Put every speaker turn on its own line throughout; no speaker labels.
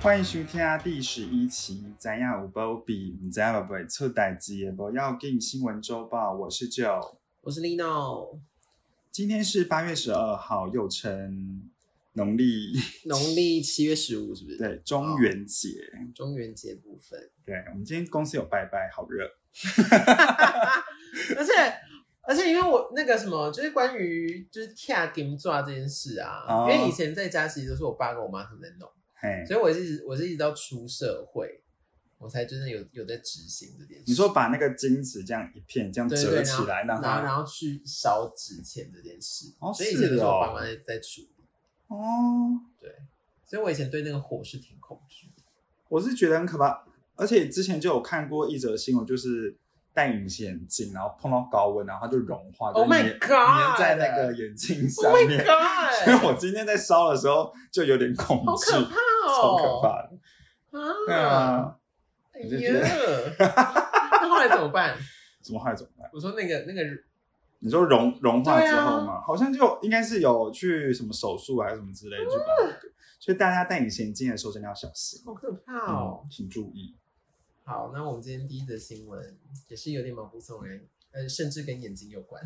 欢迎收听第十一期《咱要有波比》，唔知道会不会出代志，也不要进新闻周报。我是九，
我是 Lino，
今天是八月十二号，又称农历
农历七月十五是不是？，
对中元节。
中元节部分，
对我们今天公司有拜拜，好热。
而且而且因为我那个什么，就是关于就是跳金抓这件事啊，
哦
因为以前在家其实都是我爸跟我妈他们在弄，
嘿，
所以我一直我是一直到出社会，我才真的有有在执行这件事。
你说把那个金纸这样一片这样
对对，
折
然
起
后
来，
然
让
后然
它
后去烧纸钱这件事，
哦
所以以前都
是
是
哦
我爸妈在在处理，
哦，
所以我以前对那个火是挺恐惧的。
我是觉得很可怕。而且之前就有看过一则新闻，就是戴隐形眼镜，然后碰到高温，然后它就融化
Oh
就
my
粘
God
粘在那个眼镜
Oh
上
my
面。所
god！
以我今天在烧的时候就有点恐
好
惧，
可怕哦，
超可怕的。对
啊！
啊，
哎
我就觉得
呀， 那后来怎么办？
怎么后来怎么办？
我说那个那个，
你说融融化
对
之
啊
后嘛，嗯好像就应该是有去什么手术还是什么之类的去把那个。所以大家戴隐形眼镜的时候真的要小心，
好可怕哦。
嗯，请注意。嗯
好，那我们今天第一则新闻也是有点毛骨悚然，嗯，甚至跟眼睛有关。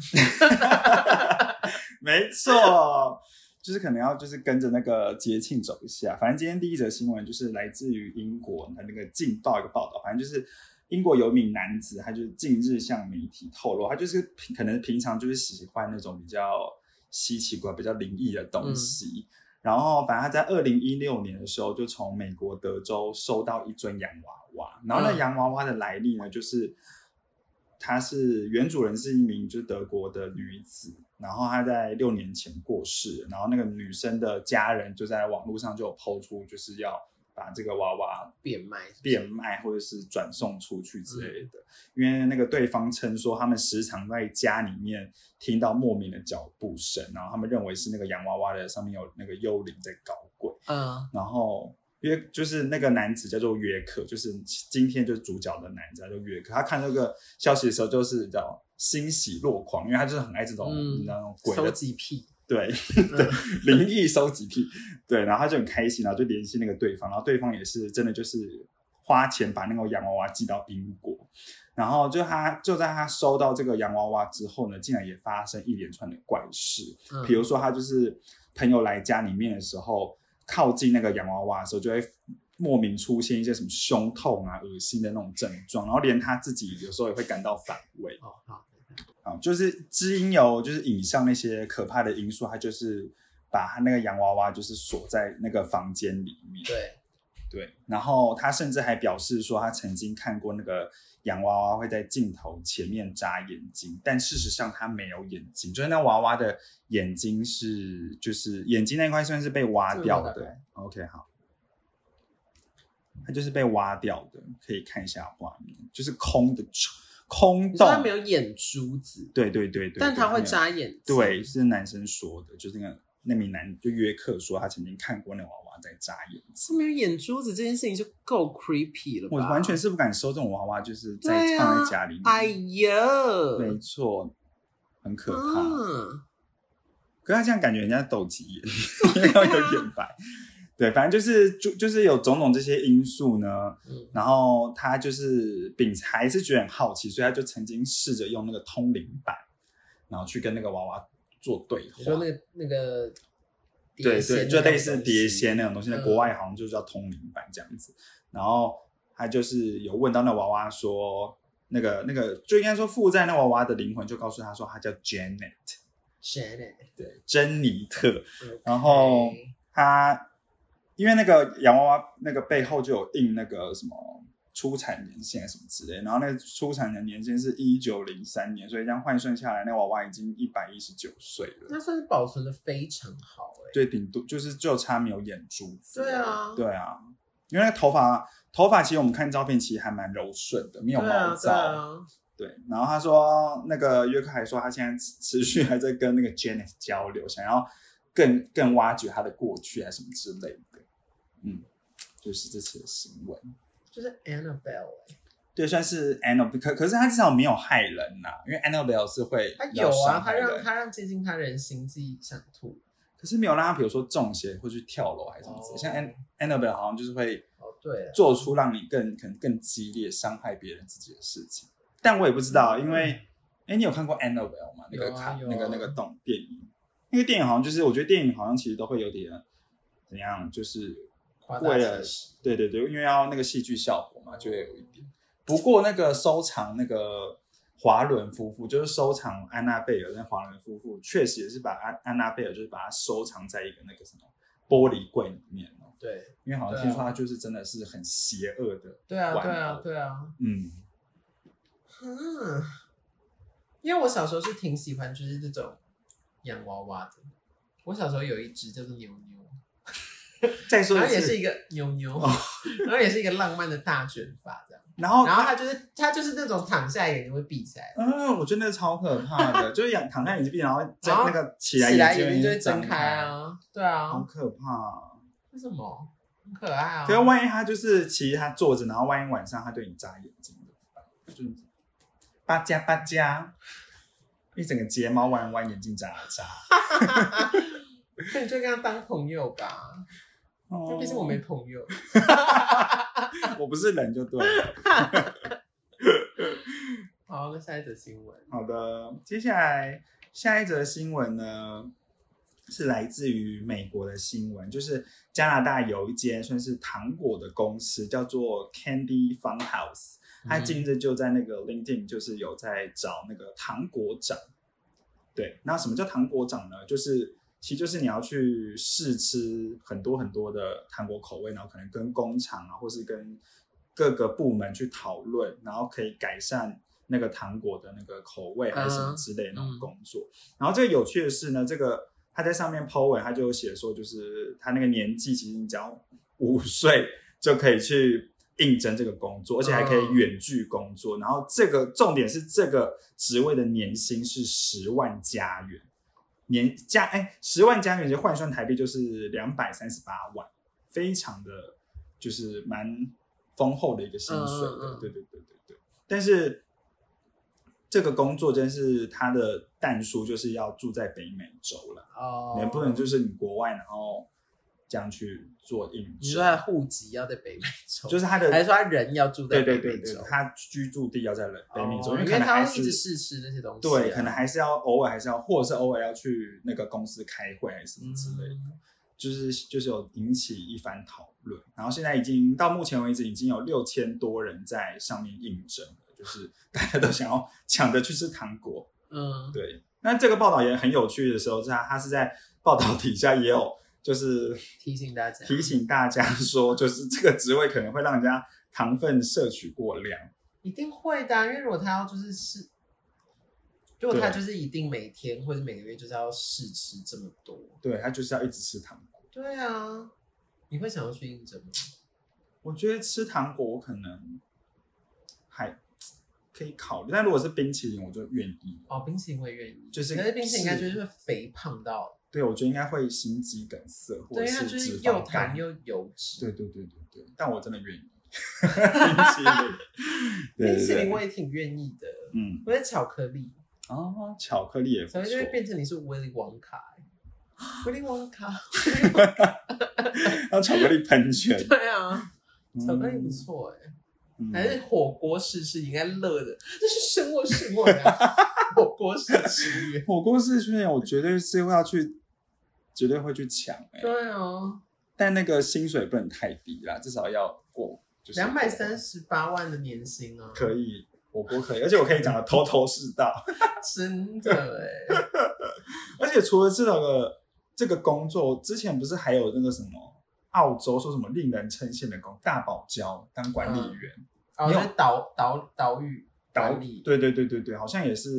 没错，就是可能要就是跟着那个节庆走一下。反正今天第一则新闻就是来自于英国的那个《劲爆》一个报道，反正就是。英国有一名男子，他就是近日向媒体透露，他就是平可能平常就是喜欢那种比较稀奇古怪、比较灵异的东西。然后，反正他在二零一六年的时候，就从美国德州收到一尊洋娃娃。然后，那
嗯
洋娃娃的来历呢，就是她是原主人是一名就是德国的女子，然后她在六年前过世，然后那个女生的家人就在网络上就有抛出，就是要把这个娃娃
变卖是不是
变卖或者是转送出
嗯
去之类的，因为那个对方称说他们时常在家里面听到莫名的脚步声，然后他们认为是那个洋娃娃的上面有那个幽灵在搞鬼，
嗯
然后约就是那个男子叫做约克，就是今天就是主角的男子叫做约克。他看这个消息的时候，就是叫欣喜若狂，因为他就是很爱这种、
嗯
你知道那种鬼
收
的
集癖，
对对灵异收集癖，对，然后他就很开心，然后就联系那个对方，然后对方也是真的就是花钱把那个洋娃娃寄到英国。然后就他就在他收到这个洋娃娃之后呢，竟然也发生一连串的怪事，
嗯
比如说他就是朋友来家里面的时候，靠近那个洋娃娃的时候，就会莫名出现一些什么胸痛啊、恶心的那种症状，然后连他自己有时候也会感到反胃
哦好，
啊。就是知音有就是以上那些可怕的因素，他就是把他那个洋娃娃就是锁在那个房间里面。
对，
对，然后他甚至还表示说，他曾经看过那个洋娃娃会在镜头前面眨眼睛，但事实上他没有眼睛，就是那娃娃的眼睛是，就是眼睛那块算是被挖掉
这个
的。OK，好，它就是被挖掉的，可以看一下画面，就是空的，空
你说
洞
他没。有眼珠子，
对对对对，
但
对
他会
没有
眨眼睛，
对，是男生说的，就是那个那名男就约克说他曾经看过那娃娃在眨眼睛。
是没有眼珠子这件事情就够 creepy 了吧？
我完全是不敢收这种娃娃，就是在、
对啊
放在家里面。
哎呀，
没错，很可怕。
嗯，
可是他这样感觉人家斗鸡眼，因
啊
为要有眼白。对，反正就是就就是有种种这些因素呢，
嗯
然后他就是秉还是觉得很好奇，所以他就曾经试着用那个通灵板，然后去跟那个娃娃做对
你说
话。
那个那个碟
对
仙
对，
那
就
种
类似
东
碟
西
仙那种东西，在
嗯
国外好像就叫通灵版这样子。然后他就是有问到那娃娃说，那个那个就应该说附在那娃娃的灵魂就告诉他说，他叫 Janet，
Janet，
对，珍妮特。
OK
然后他因为那个洋娃娃那个背后就有印那个什么出产年限什么之类，然后那个出产的年限是一九零三年，所以这样换算下来，那娃娃已经一百一十九岁了。
那算是保存的非常好哎、
对，顶多就是就差没有眼珠子。
对啊
对啊，因为那个头发头发其实我们看照片其实还蛮柔顺的，没有
对啊
毛
对
躁。
啊，
对然后他说那个约克还说他现在持持续还在跟那个 Janet 交流，想要更更挖掘他的过去啊什么之类的。嗯，就是这次的新闻。
就是 Annabelle 哎、
对，算是 Annabelle，可可是他至少没有害人呐、因为 Annabelle 是会
他
要
有啊，
伤
他
害
让
人。
他让接近他人心悸想吐，
可可是没有让他比如说中邪或去跳楼还是什么之类，
哦
像 An Annabelle 好像就是会
哦，对啊，
做出让你更可能更激烈伤害别人自己的事情。但我也不知道，因为哎，你有看过 Annabelle 吗？那个
嗯有啊
卡、
有啊
那个那个动电影，那个电影好像就是我觉得电影好像其实都会有点怎样，就是
夸大
为
其
了
词
对对对，因为要那个戏剧效果嘛，就会有一点。不过那个收藏那个华伦夫妇，就是收藏安娜贝尔跟华伦夫妇，确实也是把安安娜贝尔就是把它收藏在一个那个什么玻璃柜里面哦，
对
因为好
对
像
啊
听说他就是真的是很邪恶的，
对啊，
玩
对啊
偶，
对啊，
嗯，
嗯，因为我小时候是挺喜欢就是这种洋娃娃的，我小时候有一只叫做牛牛，
再说
然
一
后也是
次，
一个牛牛
哦，
然后也是一个浪漫的大卷发这样，
然后
然后它就是它就是那种躺下眼睛会闭起来，
嗯，我觉得那超可怕 的，就是仰躺在眼睛边，然后在
然后
那个起
起
来
来
睛
眼睛就会睁
张
开，啊，对啊，
好可怕啊、
为什么？很可爱啊！
可是万一他就是其实他坐着，然后万一晚上他对你眨眼睛怎么办？就是巴加巴加，一整个睫毛弯弯，眼睛眨啊眨。
那你就跟他当朋友吧，因
哦
为毕竟我没，朋友。
我不是人就对了。
好，那下一则新闻，
好的，接下来下一则新闻呢，是来自于美国的新闻，就是加拿大有一间算是糖果的公司，叫做 Candy Fun House。他近日就在那个 LinkedIn 就是有在找那个糖果长。对，那什么叫糖果长呢？就是其实就是你要去试吃很多很多的糖果口味，然后可能跟工厂啊，或是跟各个部门去讨论，然后可以改善那个糖果的那个口味还是什么之类的那种工作。然后这个有趣的是呢，这个他在上面 po 文，他就有写说，就是他那个年纪，其实你只要五岁就可以去应征这个工
哦
作，而且还可以远距工作。然后这个重点是这个职位的年薪是十万加元，年加哎十万加元就换算台币就是两百三十八万，非常的就是蛮丰厚的一个薪水的。
嗯嗯嗯
对对对对对，但是。这个工作真是他的淡叔，就是要住在北美洲了。
哦，
能不能就是你国外然后这样去做应
你说
征？
他的户籍要在北美洲，
就是他的
还是说他人要住在
对对
北
对
美
对
洲，？
他居住地要在北北美洲，
哦
为
因
可能
他
还
会一直
是
试吃那些东西啊，
对，可能还是要偶尔还是要，或者是偶尔要去那个公司开会还是什么之类的，
嗯
就是就是有引起一番讨论。然后现在已经到目前为止已经有六千多人在上面应征了，就是 大家都想要抢着去吃糖果。
嗯，
对，那这个报道也很有趣的时候，是它它是在报道底下也有就是
提醒大家，
提，醒大家说，就是这个职位可能会让人家糖分摄取过量。
一定会的啊，因为如果他要就是试，如果他
对
就是一定每天或者每个月就是要试吃这么多，
对他就是要一直吃糖果。
对啊，你会想要去应征吗？
我觉得吃糖果我可能还可以考虑，但如果是冰淇淋，我就愿意。
哦，冰淇淋我也愿意，
就是
可是冰淇淋感觉
是
就是会肥胖到，
对，我觉得应该会心肌梗塞或
对，
者
因为它
是
就是
脂
又
肪
糖
肝。
又油脂。
对对对对对，但我真的愿 意冰淇淋。对
冰淇淋，
对对
我也挺愿意的，
嗯，
我觉得巧克力，
哦，巧克力也不
巧
错
克力。就会变成你是欸威利王卡、 威利王卡，
要巧克力喷泉，
对啊， 巧克力不错哎、
嗯，
还是火锅试吃应该乐的，这是生我是我呀，啊 火锅试吃员，
火锅式训练，我绝对是会要去，绝对会去抢哎、
对啊，
但那个薪水不能太低啦，至少要过就是
两百三十八万的年薪啊，
可以，火锅可以，而且我可以讲的头头是道。
真的 哎、
而且除了这个这个工作，之前不是还有那个什么澳洲说什么令人称羡的工，大堡礁当管理员，
哦，
你有
就是岛岛岛屿
岛
管理，
对对对对对，好像也是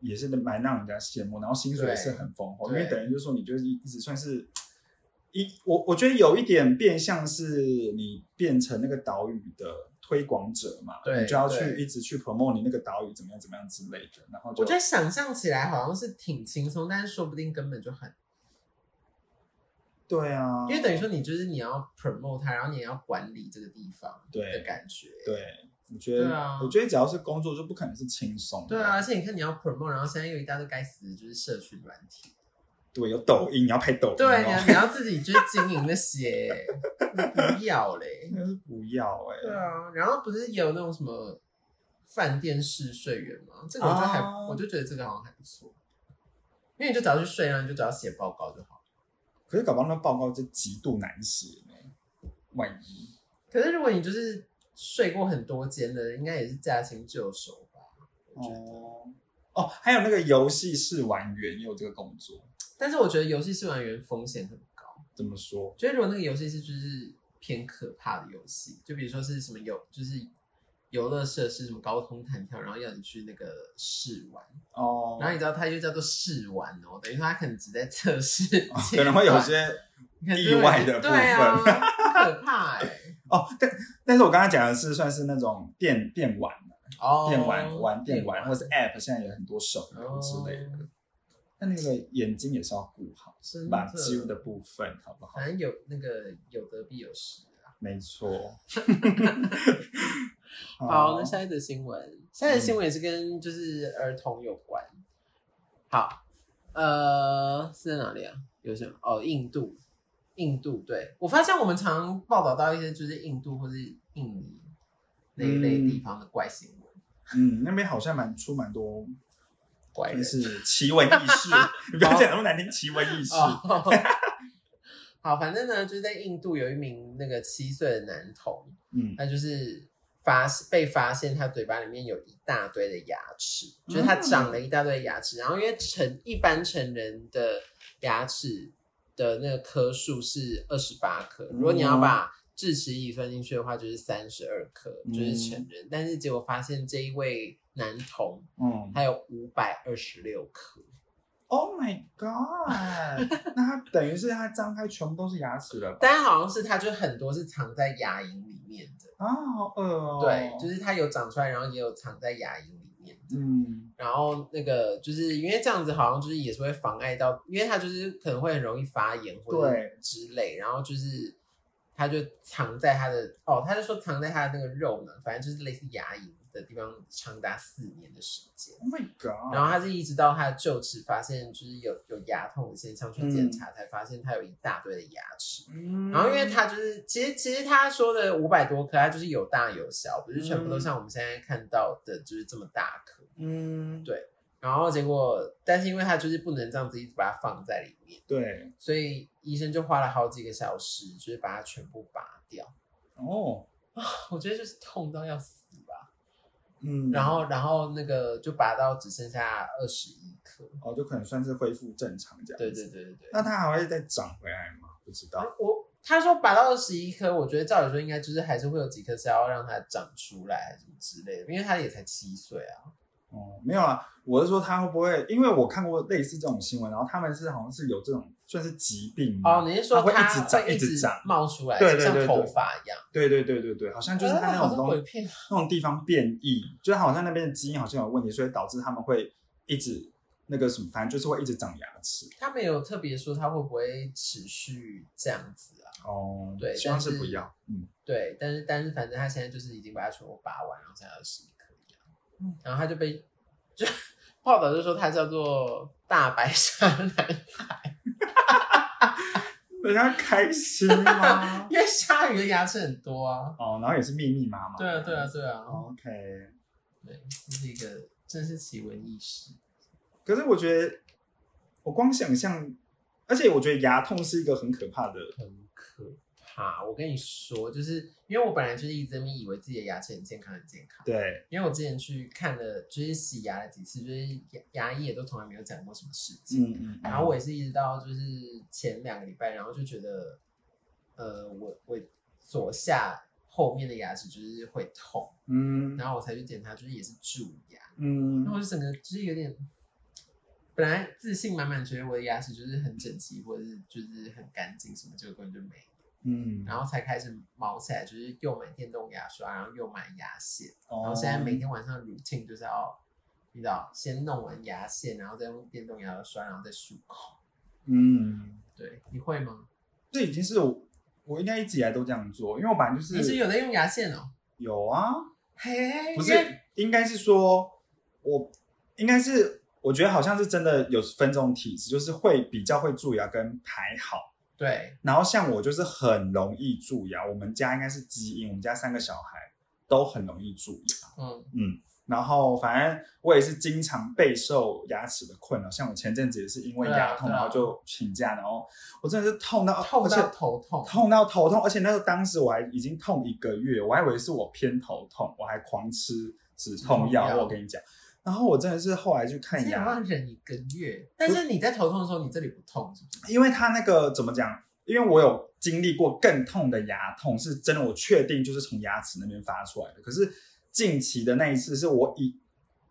也是蛮让人家羡慕，然后薪水也是很丰厚，因
对
为等于就是说你就是一直算是一我我觉得有一点变相是你变成那个岛屿的推广者嘛，
对
你就要去
对
一直去 promote 你那个岛屿怎么样怎么样之类的，然后就
我觉得想象起来好像是挺轻松，但是说不定根本就很，
对啊，
因为等于说你就是你要 promote 它，然后你也要管理这个地方的
对
感觉。
对，我觉得、
对啊
我觉得只要是工作就不可能是轻松的，
对啊，而且你看你要 promote，然后现在又一大堆该死的就是社群软体，
对，有抖音，你要拍抖音、哦，
对，你要 你要自己就是经营那些，你不要嘞
应，该是不要哎、
对啊，然后不是也有那种什么饭店试睡员吗？这个我就还、
哦
我就觉得这个好像还不错，因为你就只要去睡，然后你就只要写报告就好。
可是搞不好那报告就极度难写呢，万一
可是如果你就是睡过很多间的，应该也是驾轻就熟吧？我觉得。
哦哦，还有那个游戏试玩员也有这个工作，
但是我觉得游戏试玩员风险很高，
怎么说？
觉得如果那个游戏是就是偏可怕的游戏，就比如说是什么游就是游乐设施什么高空弹跳，然后要你去那个试玩，
哦，
然后你知道它又叫做试玩哦，等于说它可能只在测试阶
可
段、
能会有些
你看
意外的部分
对啊，很可怕哎、
哦，但但是我刚刚讲的是算是那种电电玩的、
哦，
电玩玩电玩，或是 App，现在有很多手游
哦
之类的。那那个眼睛也是要顾好，
真
把
的
肌肉的部分，好不好？
反正有那个有得必有失啊。
没错。
好，那下一则新闻，下一则新闻也是跟就是儿童有关。好，呃，是在哪里啊？有什么？哦，印度，印度。对我发现我们常报道到一些就是印度或是印尼那一类地方的怪新闻，
嗯，那边好像蛮出蛮多，
怪
就
人。
是奇闻异 事。你不要讲那么难听，奇闻异事。
哦， 好，反正呢，就是在印度有一名那个七岁的男童，
嗯
他就是发被发现他嘴巴里面有一大堆的牙齿，就是他长了一大堆的牙齿。然后因为成一般成人的牙齿的那个颗数是二十八颗，如果你要把智齿一分进去的话，就是三十二颗，就是成人。但是结果发现这一位男童
嗯
他有五百二十六颗，
，Oh my god！那他 等于是他张开全部都是牙齿了吧？
但好像是他就很多是藏在牙龈里面的。
啊，好饿哦。
对，就是它有长出来，然后也有藏在牙龈里面的。
嗯
然后那个就是因为这样子，好像就是也是会妨碍到，因为它就是可能会很容易发炎或者
对
之类，然后就是它就藏在它的哦，他就说藏在它的那个肉呢，反正就是类似牙龈的地方，长达四年的时间。
，Oh my god！
然后他是一直到他的臼齿发现就是有有牙痛的现象去检查，才发现他有一大堆的牙齿。
嗯
然后因为他就是，其实其实他说的五百多颗，他就是有大有小，不是全部都像我们现在看到的，就是这么大颗。
嗯，
对然后结果，但是因为他就是不能这样子一直把它放在里面，
对
所以医生就花了好几个小时，就是把它全部拔掉。
哦，
我觉得就是痛到要死吧。
嗯，
然后然后那个就拔到只剩下二十一颗。
哦，就可能算是恢复正常这样。
对对。对对对。
那它还会再长回来吗？不知道。
我他说拔到二十一颗，我觉得照理说应该就是还是会有几颗是要让它长出来还是什么之类的，因为他也才七岁啊。
哦，没有啊，我是说它会不会？因为我看过类似这种新闻，然后他们是好像是有这种算是疾病吗
哦，你是
嗯
说
它会
它
一直长
一
一直长
冒出来，
对对
像
对
头
对
发一样？
对对对对对，好像就是它
哦
那种
好像
东
鬼
西、
片
那种地方变异，就是好像那边的基因好像有问题，所以导致他们会一直那个什么，反正就是会一直长牙齿。
他没有特别说它会不会持续这样子啊？
哦，
对
希望
但是
是不要。嗯，
对，但是但是反正他现在就是已经把它全部拔完，然后剩下二十一颗一样。
嗯
然后他就被就报道就说他叫做大白鲨男，？
人家开心吗
因为鲨鱼的牙齿很多啊。
哦，然后也是密密麻麻。
对啊，对啊，。对啊。
OK。
对，这是一个真是奇闻异事。
可是我觉得，我光想象，而且我觉得牙痛是一个很可怕的。
很可怕。我跟你说，就是因为我本来就是一直在那边以为自己的牙齿很健康，很健康。
对，
因为我之前去看了，就是洗牙了几次，就是牙牙医也都从来没有讲过什么事情。
嗯嗯。
然后我也是一直到就是前两个礼拜，然后就觉得，呃，我我左下后面的牙齿就是会痛，
嗯
然后我才去检查，就是也是蛀牙。然
嗯
后我就整个就是有点，本来自信满满，觉得我的牙齿就是很整齐，或者是就是很干净什么，结果根本就没有。
嗯，
然后才开始毛起来，就是又买电动牙刷，然后又买牙线，
然
然后现在每天晚上的 routine 就是要，你知道，先弄完牙线，然后再用电动牙刷，然后再漱口。
嗯，
对，你会吗？
这已经是我我应该一直以来都这样做，因为我本来就
你是有在用牙线哦？
有啊，
嘿，
不
因为
是，应该是说我应该是我觉得好像是真的有分这种体质，就是会比较会蛀牙跟排好。
对，
然后像我就是很容易蛀牙，我们家应该是基因，我们家三个小孩都很容易蛀牙。
嗯，
嗯，然后反正我也是经常备受牙齿的困扰，像我前阵子也是因为牙痛，
对啊对
然
啊
后就请假，然后我真的是痛到
痛
哦而
到
且
头痛，
痛到头痛，而且那时候当时我还已经痛一个月，我还以为是我偏头痛，我还狂吃止痛
止痛
药。
药
我跟你讲，然后我真的是后来去看
你好
牙，
像忍一个月，但是你在头痛的时候，你这里不痛是不是？
因为他那个怎么讲？因为我有经历过更痛的牙痛，是真的，我确定就是从牙齿那边发出来的。可是近期的那一次，是我以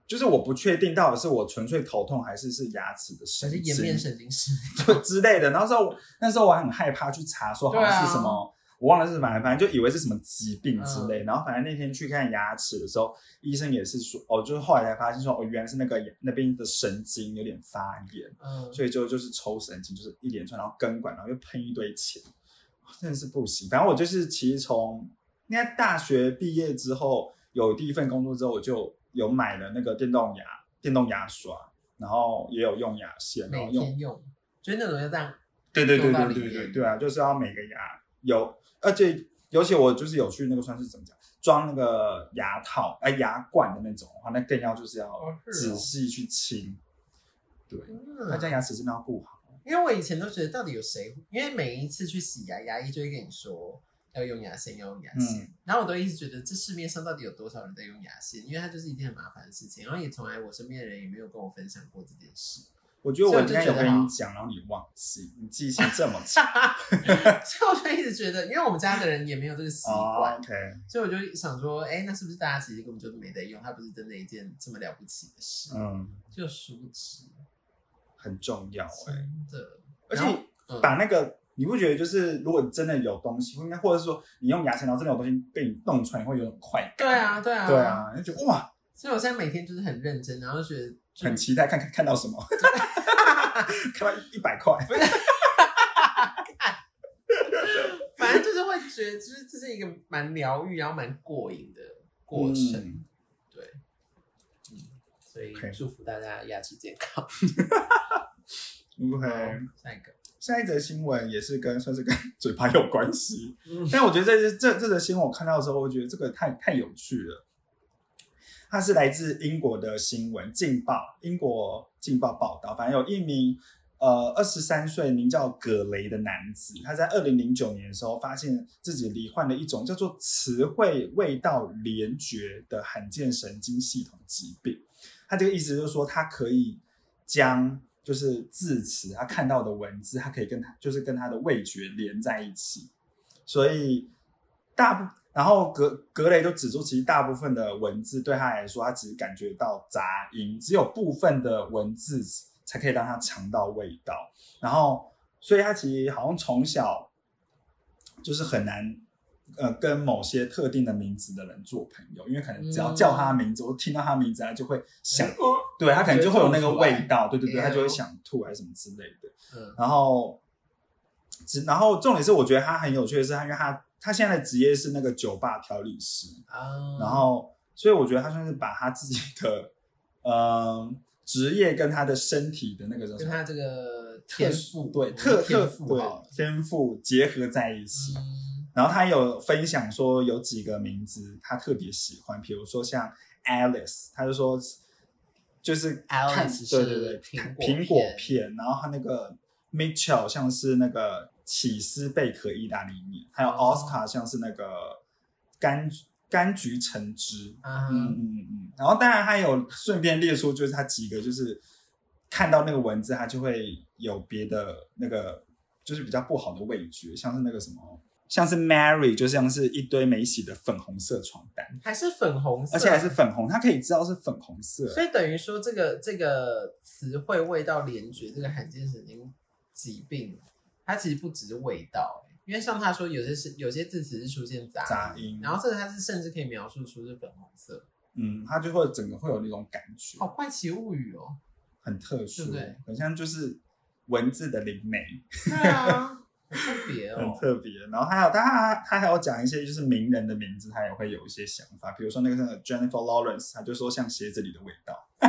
就是我不确定到底是我纯粹头痛，还是是牙齿的
还
神
是
经
颜面神经失
对之类的。然后时候那时候我还很害怕去查，说好像是什么，
啊
我忘了是什么，反正就以为是什么疾病之
嗯
类。然后反正那天去看牙齿的时候，医生也是说，哦，就是后来才发现说，哦，原来是那个那边的神经有点发炎，
嗯，
所以就就是抽神经，就是一连串，然后根管，然后又喷一堆钱，真的是不行。反正我就是其实从应该大学毕业之后，有第一份工作之后，我就有买了那个电动牙电动牙刷。然后也有用牙线，然后
每
用
天用，就是那种要这样，
对对对
弄到
对
里
对
面
对对啊，就是要每个牙有，而且尤其我就是有去那个算是怎么讲，装那个牙套哎、牙冠的那种的话，那更要就是要
哦是哦
仔细去清，对，那这样
嗯，
牙齿真的要顾好。
因为我以前都觉得到底有谁，因为每一次去洗牙，牙医就会跟你说要用牙线，要用牙线，
嗯
然后我都一直觉得这市面上到底有多少人在用牙线，因为它就是一件很麻烦的事情，然后也从来我身边的人也没有跟我分享过这件事，
我觉得我
所以
应
我就
该有
觉得
跟
好
你讲，然后你忘记，你记性 这么差。
所以我就一直觉得，因为我们家的人也没有这个习
哦
惯，
OK，
所以我就想说，哎、那是不是大家其实根本就没在用？它不是真的一件这么了不起的事，
嗯，
就殊不知，
很重要哎、
真的。
而
然后
且
嗯
把那个。你不觉得就是，如果真的有东西，应该或者说你用牙线，然后真的有东西被你弄出来，你会有种快
对
感。
啊，对啊，
对。啊，你就觉得哇，
所以我现在每天就是很认真，然后就觉得就
很期待看看看到什么， 看到一百块，
反正就是会觉得，就是这是一个蛮疗愈，然后蛮过瘾的过程。
嗯
对，嗯，所以
OK
祝福大家牙齿健康。
OK，
好下一个，
下一则新闻也是跟算是跟嘴巴有关系，
嗯
但我觉得这这这则新闻我看到的时候，我觉得这个太太有趣了。它是来自英国的新闻，《镜报》英国《镜报》报道，反正有一名呃二十三岁名叫葛雷的男子，他在二零零九年的时候发现自己罹患了一种叫做词汇味道联觉的罕见神经系统疾病。他这个意思就是说，他可以将就是字词他看到的文字，他可以跟他就是跟他的味觉连在一起，所以大部然后格格雷就指出，其实大部分的文字对他来说，他只感觉到杂音，只有部分的文字才可以让他尝到味道。然后，所以他其实好像从小就是很难，呃，跟某些特定的名字的人做朋友，因为可能只要叫他名字，我听到他名字，他啊就会想，对他可能就会有那个味道，对对对，他就会想吐还是什么之类的。
嗯
然后，只然后重点是，我觉得他很有趣的是，他因为他他现在的职业是那个酒吧调理师，
啊，
然后所以我觉得他算是把他自己的 嗯职业跟他的身体的那个叫什
跟
么
他这个天赋，
对
我们
特特
天赋
对
好了，
天赋结合在一起。
嗯
然后他有分享说有几个名字他特别喜欢，比如说像 Alice，他就说就是看
Alice 是
对对对
苹果
苹果
片
片，然后他那个 Mitchell 像是那个起司贝壳意大利面，还有
哦
Oscar 像是那个柑柑橘橙汁，
啊，
嗯嗯嗯嗯，然后当然他有顺便列出，就是他几个就是看到那个文字，他就会有别的那个就是比较不好的味觉，像是那个什么，像是 Mary，就像是一堆没洗的粉红色床单，
还是粉红色，
而且还是粉红，他可以知道是粉红色。
所以等于说，这个这个词汇味道联觉这个罕见神经疾病，它其实不只是味道、欸因为像他说，有些是有些字词是出现杂
杂音，
然后这个它是甚至可以描述出是粉红色，
嗯，它就会整个会有那种感觉，
好怪奇物语哦。
很特殊，
对不对
很像就是文字的灵媒。
对啊，好特别
很
哦。
特别。然后还有他他他还有讲一些就是名人的名字，他也会有一些想法，比如说那个那个 Jennifer Lawrence，他就说像鞋子里的味道，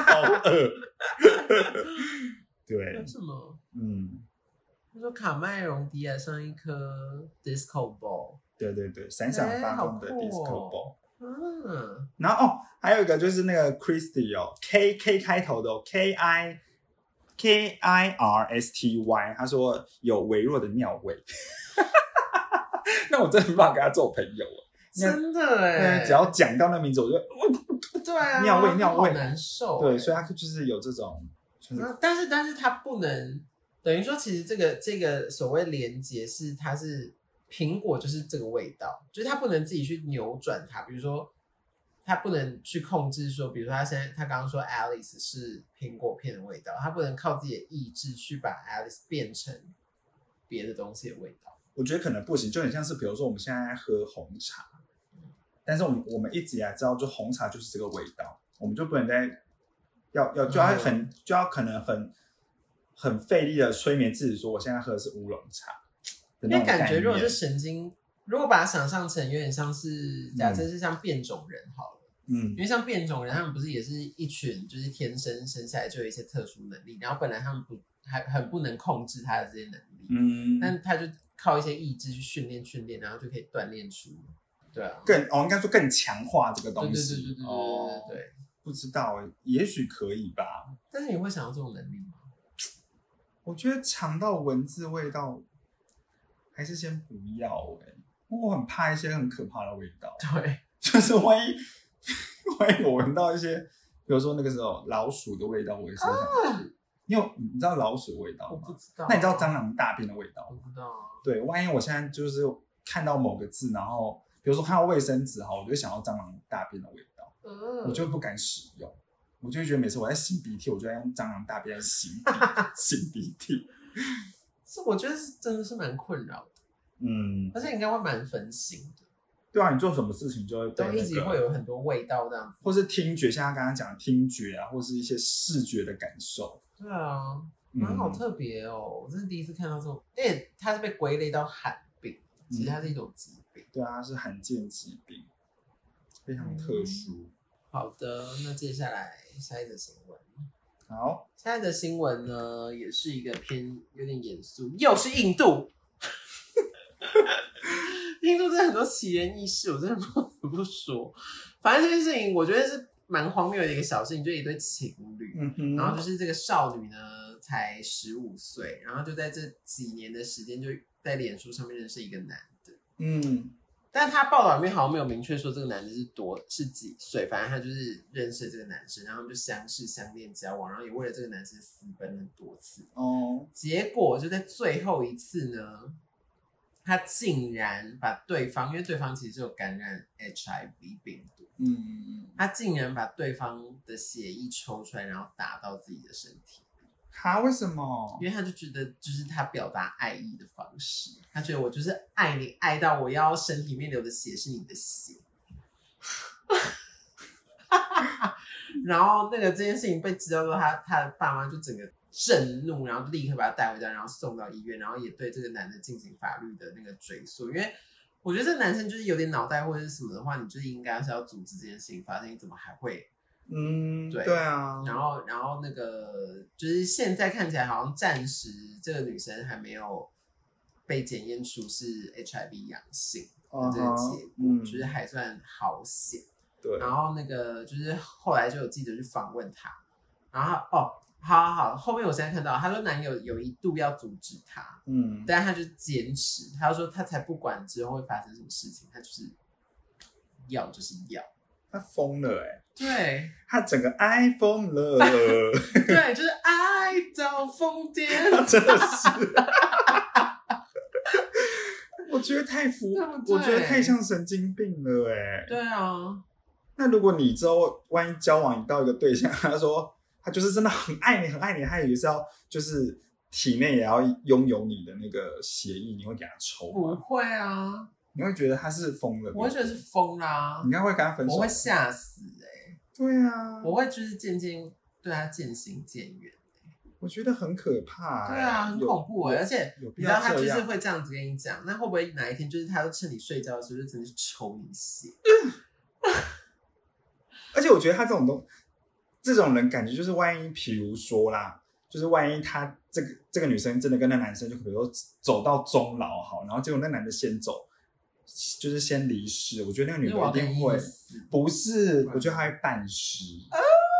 好饿。对
为，什么？
嗯，
他说卡麦隆迪亚像一颗 disco ball。
对对对，闪闪发光的
哎好酷哦
disco ball。
嗯，
然后哦，还有一个就是那个 Christy 哦，K K 开头的、哦、K I K I R S T Y，他说有微弱的尿味， 那我真的没办法跟他做朋友哦。那
真的哎
对，，只要讲到那名字，我就呃
对啊，
尿味尿味
好难受欸。
对，所以他就是有这种，就是
那但是但是它不能等于说，其实这个这个所谓连接是它是苹果就是这个味道，就是它不能自己去扭转它，比如说。它不能去控制说，比如说他现在他刚刚说 Alice 是苹果片的味道，他不能靠自己的意志去把 Alice 变成别的东西的味道。
我觉得可能不行，就很像是比如说我们现在喝红茶，但是我们我们一直以来知道，就红茶就是这个味道，我们就不能再要要就要很、就要可能很很费力的催眠自己说，我现在喝的是乌龙茶的
因
那
为
种概
感
念
觉如果是神经，如果把它想象成有点像是，假设是像变种人好了，
嗯
因为像变种人，他们不是也是一群就是天生生下来就有一些特殊能力，然后本来他们不还很不能控制他的这些能力，
嗯，
但他就靠一些意志去训练训练，然后就可以锻炼出，对啊，
更哦应该说更强化这个
对对
东
对
西
对对对
哦
对对对。
不知道欸也许可以吧，
但是你会想要这种能力吗？
我觉得尝到文字味道还是先不要哎、因为我很怕一些很可怕的味道。
对，
就是万一万一我闻到一些，比如说那个时候老鼠的味道，我也是很想吃。你有你知道老鼠的味道
啊我不
吗？
知道。
那你知道蟑？螂大便的味道
我
吗？
不知道啊。
对，万一我现在就是看到某个字，然后比如说看到卫生纸哈，我就会想到蟑螂大便的味道，
嗯
我就不敢使用，我就会觉得每次我在擤鼻涕，我就在用蟑螂大便来擤鼻擤鼻涕。
是我觉得是真的是蛮困扰的，
嗯，
而且应该会蛮分心的，
对啊，你做什么事情就会被
都
那
一直
个
会有很多味道这样子。
或是听觉，像他刚刚讲的听觉啊，或是一些视觉的感受，
对啊，
嗯
蛮好特别哦，我真是第一次看到这种，因为它是被归类到罕病，其实它是一种疾病。
对啊，是罕见疾病，非
嗯
常特殊。
好的，那接下来下一则新闻，
好，
下一则新闻呢，也是一个偏有点严肃，又是印度。 印度真的很多奇人异事，我真的不得不说。反正这件事情，我觉得是蛮荒谬的一个小事情，就一对情侣，
嗯哼，
然后就是这个少女呢，才十五岁，然后就在这几年的时间，就在脸书上面认识一个男的。
嗯
但他报道里面好像没有明确说这个男的是多是几岁，反正他就是认识了这个男生，然后他们就相识、相恋、交往，然后也为了这个男生私奔很多次。
哦，
结果就在最后一次呢，他竟然把对方，因为对方其实有感染 HIV 病毒，
嗯嗯嗯，
他竟然把对方的血液抽出来，然后打到自己的身体。
哈，为什么
因？为他就觉得就是他表达爱意的方式，他觉得我就是爱你，爱到我要身体里面流的血是你的血。然后那个这件事情被知道之后，他他的爸妈就整个震怒，然后立刻把他带回家，然后送到医院，然后也对这个男的进行法律的那个追诉。因为我觉得这男生就是有点脑袋或者是什么的话，你就是应该是要阻止这件事情发生，你怎么还会
嗯，
对
对啊，
然后，然后那个就是现在看起来好像暂时这个女生还没有被检验出是 HIV 阳性的
嗯
这个
哼
结果，
嗯，
就是还算好险。
对，
然后那个就是后来就有记者去访问她，然后她哦，好好好，后面我现在看到她说男友有一度要阻止她，
嗯，
但她就坚持，她说她才不管之后会发生什么事情，她就是要就是要，
他疯了哎、
对。
他整个 i 疯了，
对，就是爱到疯癫，
他 真的是。我觉得太浮，
对不对
我觉得太像神经病了哎、
对啊，
那如果你之后万一交往到一个对象，他说他就是真的很爱你，很爱你，他也是要就是体内也要拥有你的那个协议，你会给他抽
不
吗？
会啊，
你会觉得他是疯了？
我会觉得是疯啦、
你应该会跟他分手。
我会吓死哎、
对啊，
我
我
会就是渐渐对他渐行渐远，
觉得很可怕、欸
对啊，很
哎有
恐怖哎、而且
有必
你知道
要
他就
这
是
样？
会这样子跟你讲，那会不会哪一天就是他就趁你睡觉的时候就真的去抽你血？
而且我觉得他这种东，这种人感觉就是，万一比如说啦，就是万一他这个这个女生真的跟那男生，就比如说走到终老好，然后结果那男的先走，就是先离世，我觉得那个女嗯的一定会
因为我要跟你死哦
不是，我觉得她会半尸，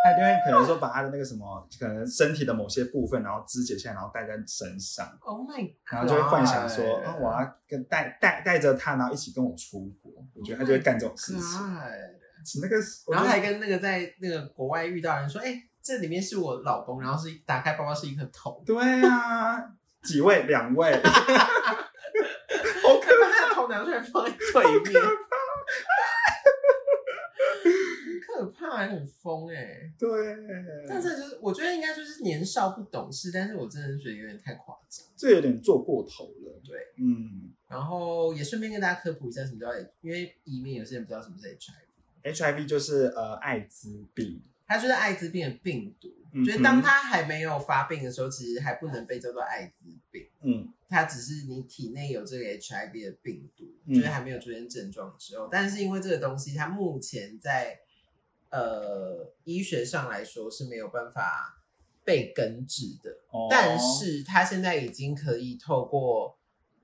她一定会可能说把她的那个什么，可能身体的某些部分，然后肢解下来，然后带在身上，
，Oh my God！
然后就会幻想说，啊，我要跟带带带着她，然后一起跟我出国，我觉得她就会干这种事情。
God
那个，我
然
觉
后
得
还跟那个在那个国外遇到的人说，哎、这里面是我老公，然后是打开包包是一颗头，
对啊，几位，两 位，好可
他把他的头拿出来放在腿面，很可怕，很疯哎、
对，
但是就是我觉得应该就是年少不懂事，但是我真的是觉得有点太夸张。
这有点做过头了。
对，
嗯
然后也顺便跟大家科普一下什么叫 H，因为以免有些人不知道什么是 HIV，
，HIV 就是呃艾滋病，
它就是艾滋病的病毒。
嗯哼
就是当它还没有发病的时候，其实还不能被叫做艾滋病，
嗯
它只是你体内有这个 HIV 的病毒，
嗯
就是还没有出现症状的时候。但是因为这个东西，它目前在呃医学上来说是没有办法被根治的，
哦，
但是他现在已经可以透过，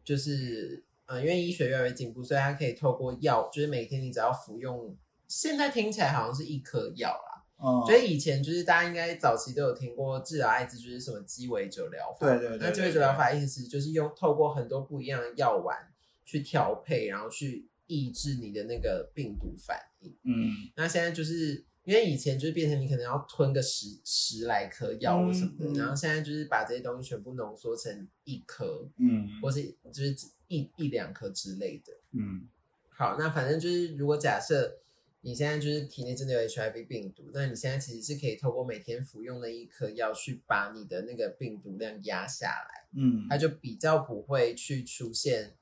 就是呃，因为医学越来越进步，所以他可以透过药，就是每天你只要服用，现在听起来好像是一颗药啦。
哦
所以以前就是大家应该早期都有听过治疗艾滋，就是什么鸡尾酒疗法。
对对对
那鸡尾酒疗法意思就是用透过很多不一样的药丸去调配，然后去抑制你的那个病毒反应。
嗯
那现在就是因为以前就是变成你可能要吞个十十来颗药或什么的，
嗯嗯
然后现在就是把这些东西全部浓缩成一颗，
嗯
或是就是一一两颗之类的。
嗯
好，那反正就是如果假设你现在就是体内真的有 HIV 病毒，那你现在其实是可以透过每天服用的一颗药去把你的那个病毒量压下来，
嗯
它就比较不会去出现。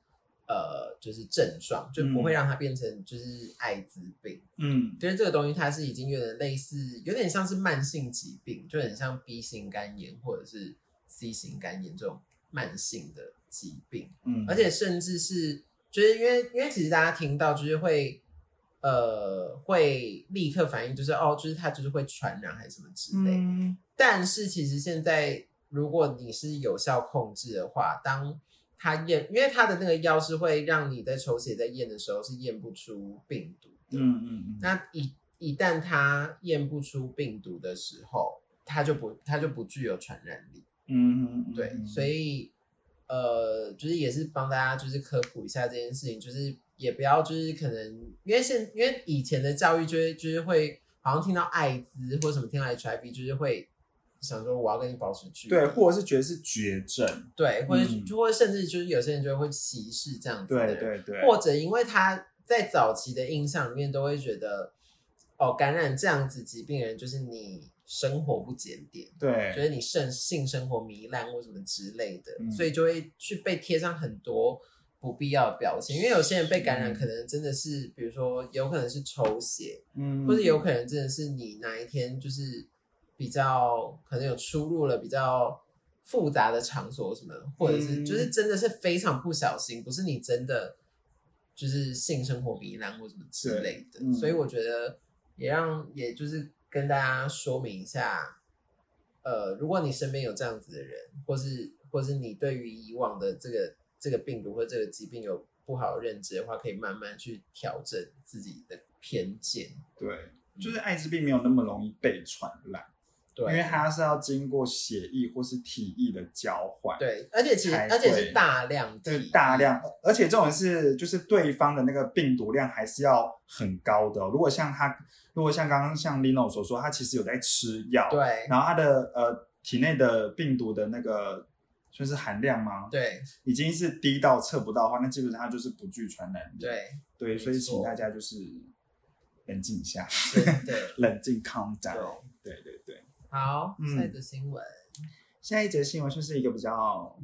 呃，就是症状，就不会
嗯
让它变成就是艾滋病。
嗯
就是这个东西，它是已经有点类似，有点像是慢性疾病，就很像 B 型肝炎或者是 C 型肝炎这种慢性的疾病，
嗯，
而且甚至是就是因为因为其实大家听到就是会呃会立刻反应，就是哦，就是它就是会传染还是什么之类的
嗯
但是其实现在，如果你是有效控制的话，当它验，因为它的那个药是会让你在抽血在验的时候是验不出病毒的。
嗯嗯嗯
那一一旦它验不出病毒的时候，它就不它就不具有传染力。
嗯嗯，
对，所以呃，就是也是帮大家就是科普一下这件事情，就是也不要就是可能因为现因为以前的教育就会就是会好像听到艾滋或什么听到 HIV 就是会想说我要跟你保持距离，
对，或者是觉得是绝症，
对，或者、
嗯
或者甚至就是有些人就会歧视这样子的
对
人，
对对，
或者因为他在早期的印象里面都会觉得哦感染这样子疾病的人就是你生活不检点。觉
对，
得你性性生活糜烂或什么之类的，
嗯
所以就会去被贴上很多不必要的标签。因为有些人被感染，
嗯
可能真的是，比如说有可能是抽血，
嗯，
或者有可能真的是你哪一天就是比较可能有出入了比较复杂的场所什么，或者是
嗯
就是真的是非常不小心，不是你真的就是性生活糜烂或什么之类的。
对嗯
所以我觉得也让也就是跟大家说明一下，呃，如果你身边有这样子的人，或是或是你对于以往的这个这个病毒或这个疾病有不好的认知的话，可以慢慢去调整自己的偏见。
对，就是艾滋病没有那么容易被传染。
对，
因为它是要经过血液或是体液的交换，，
对，而且其实
才
而且
会
是大量
这
体
大量，而且这种是就是对方的那个病毒量还是要很高的哦、如果像他，如果像刚刚像 Lino 所说，他其实有在吃药，，
嗯对
然后他的呃体内的病毒的那个算是含量吗？，
对
已经是低到测不到的话，那基本上它就是不具传染力，
对
对，所以
没错
请大家就是冷静一下，
对 对
冷静 calm
对
down，对对对。
好，
嗯
下一则新闻，
下一节新闻算是一个比较，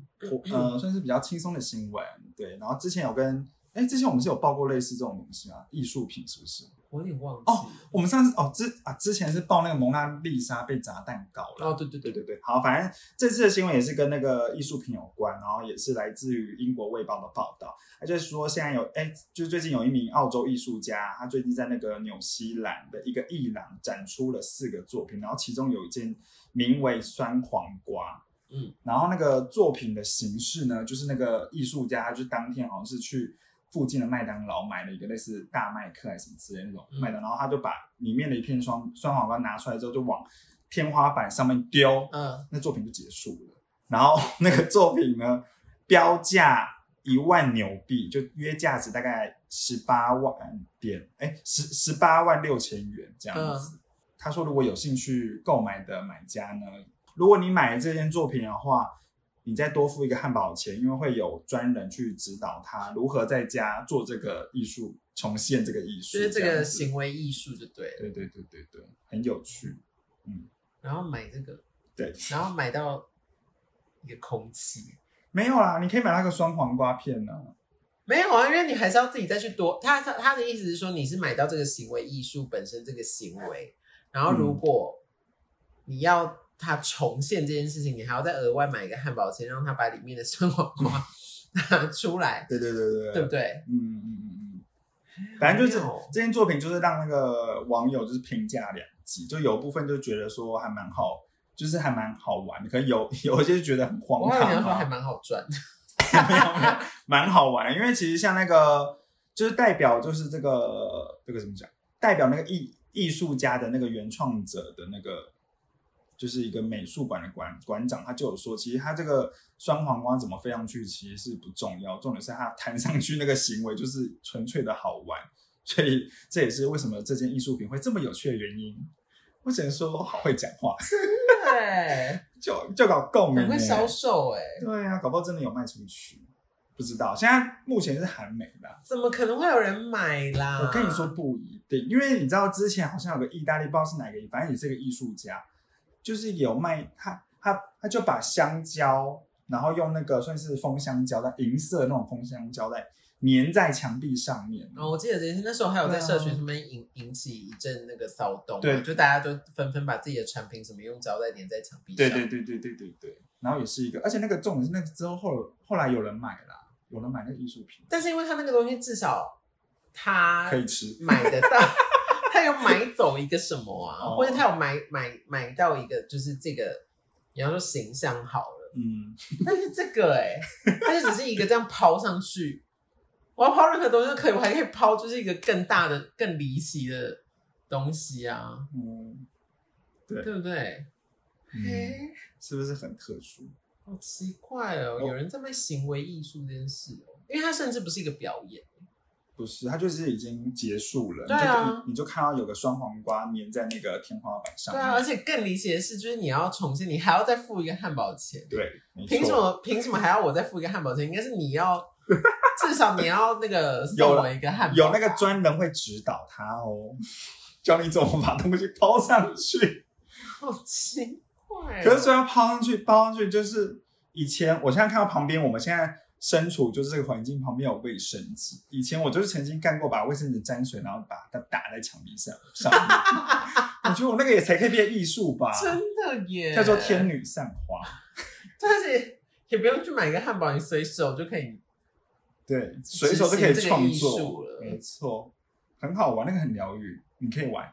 呃，算是比较轻松的新闻，对。然后之前有跟，哎，之前我们是有报过类似这种东西啊，艺术品是不是？
我有点忘记
哦我们上次哦之啊之前是报那个蒙娜丽莎被砸蛋糕了。
哦，对对对
对对
对，
对，好，反正这次的新闻也是跟那个艺术品有关，然后也是来自于英国《卫报》的报道，他就是说现在有，哎，就是最近有一名澳洲艺术家，他最近在那个纽西兰的一个艺廊展出了四个作品，然后其中有一件名为酸黄瓜，
嗯，
然后那个作品的形式呢，就是那个艺术家就当天好像是去。附近的麦当劳买了一个类似大麦克还是什么之类的那种
嗯
麦当劳，然后他就把里面的一片酸酸黄瓜拿出来之后，就往天花板上面丢，
嗯，
那作品就结束了。然后 那个作品呢，标价一万纽币，就约价值大概十八万点，哎，十十八万六千元这样
嗯
子。他说，如果有兴趣购买的买家呢，如果你买了这件作品的话，你再多付一个汉堡钱，因为会有专人去指导他如何在家做这个艺术，重现这个艺术
就
样
是
子。
这个行为艺术就对了。
对对对对对，很有趣。
然后买这个，
对，
然后买到一个空气，
没有啦，你可以买那个双黄瓜片呢、
没有啊，因为你还是要自己再去多。他他他的意思是说，你是买到这个行为艺术本身这个行为，然后如果你要他重现这件事情，你还要再额外买一个汉堡钱，让他把里面的酸黄瓜 拿出来，
嗯对对对对
对不对？
嗯嗯嗯嗯嗯，反正就是
好妙哦
这件作品就是让那个网友就是评价两极，就有部分就觉得说还蛮好，就是还蛮好玩的，可能有有一些就觉得很
我
荒
还有你要
唐
说还
啊，
蛮好赚，
没有没有，蛮好玩的，因为其实像那个就是代表就是这个这个怎么讲，代表那个艺艺术家的那个原创者的那个。就是一个美术馆的馆馆长，他就有说，其实他这个双黄瓜怎么飞上去其实是不重要，重点是他弹上去那个行为就是纯粹的好玩，所以这也是为什么这件艺术品会这么有趣的原因。我只能说好会讲话，
对，
就就搞共鸣、
很会
欸，
销售哎、
对啊，搞不好真的有卖出去，不知道。现在目前是韩美的啊、
怎么可能会有人买啦？
我跟你说，不一定，因为你知道之前好像有个意大利，不知道是哪个，反正也是个艺术家，就是有卖他他他就把香蕉，然后用那个算是封箱胶带，银色的那种封箱胶带粘在墙壁上面。
哦，我记得这件事，那时候还有在社群
对啊
上面引引起一阵那个骚动嘛，
对
就大家都纷纷把自己的产品什么用胶带粘在墙壁上，
对对对对对对对，然后也是一个，而且那个重点是那个之后后后来有人买啦，有人买那个艺术品
但是因为他那个东西至少他
可以吃，
买得到， 他有买走一个什么啊，
哦
或者他有买买买到一个就是这个，你要说形象好了，
嗯。
但是这个哎、欸，它就只是一个这样抛上去，我要抛任何东西都可以，我还可以抛就是一个更大的、更离奇的东西啊，
嗯，
对不对？嘿
嗯，是不是很特殊？
好奇怪
哦
哦，有人在卖行为艺术这件事哦，因为它甚至不是一个表演，
不是，它就是已经结束了，
对啊
你就你你就看到有个双黄瓜粘在那个天花板上
对
面，
啊，而且更离奇的是，就是你要重新，你还要再付一个汉堡钱，
对，没
凭什
错，
么？凭什么还要我再付一个汉堡钱？应该是 你要，至少你要那个
有
送我一个汉堡，
有那个专人会指导他哦，教你怎么把东西抛上去。
好奇怪、哦。
可是虽然抛上去，抛上去就是以前，我现在看到旁边，我们现在。身处就是这个环境，旁边有卫生纸。以前我就是曾经干过，把卫生纸沾水，然后把它打在墙壁上上面。 我觉得我那个也才可以变艺术吧，
哦真的耶，
叫做天女散花。
但是也不用去买一个汉堡，你随手就可以。
对，随手就可以创
执行这个艺术
作
了，
没错，很好玩，那个很疗愈，你可以玩。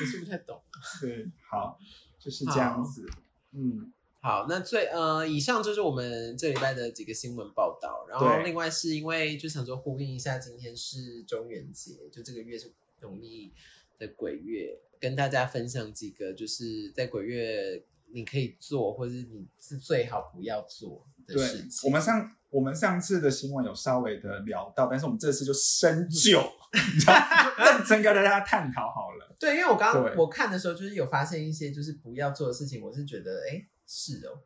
我是不太懂。
对，好，就是这样子。嗯，
好，那最呃，以上就是我们这礼拜的几个新闻报道。然后
对
另外是因为就想说呼应一下，今天是中元节，就这个月是农历的鬼月，跟大家分享几个就是在鬼月你可以做，或者是你是最好不要做的
对
事，
我
情。
们上我们上次的新闻有稍微的聊到，但是我们这次就深究，你知道就 认真跟大家探讨好了。
对，因为我刚刚
对
我看的时候，就是有发现一些就是不要做的事情，我是觉得哎、诶是哦，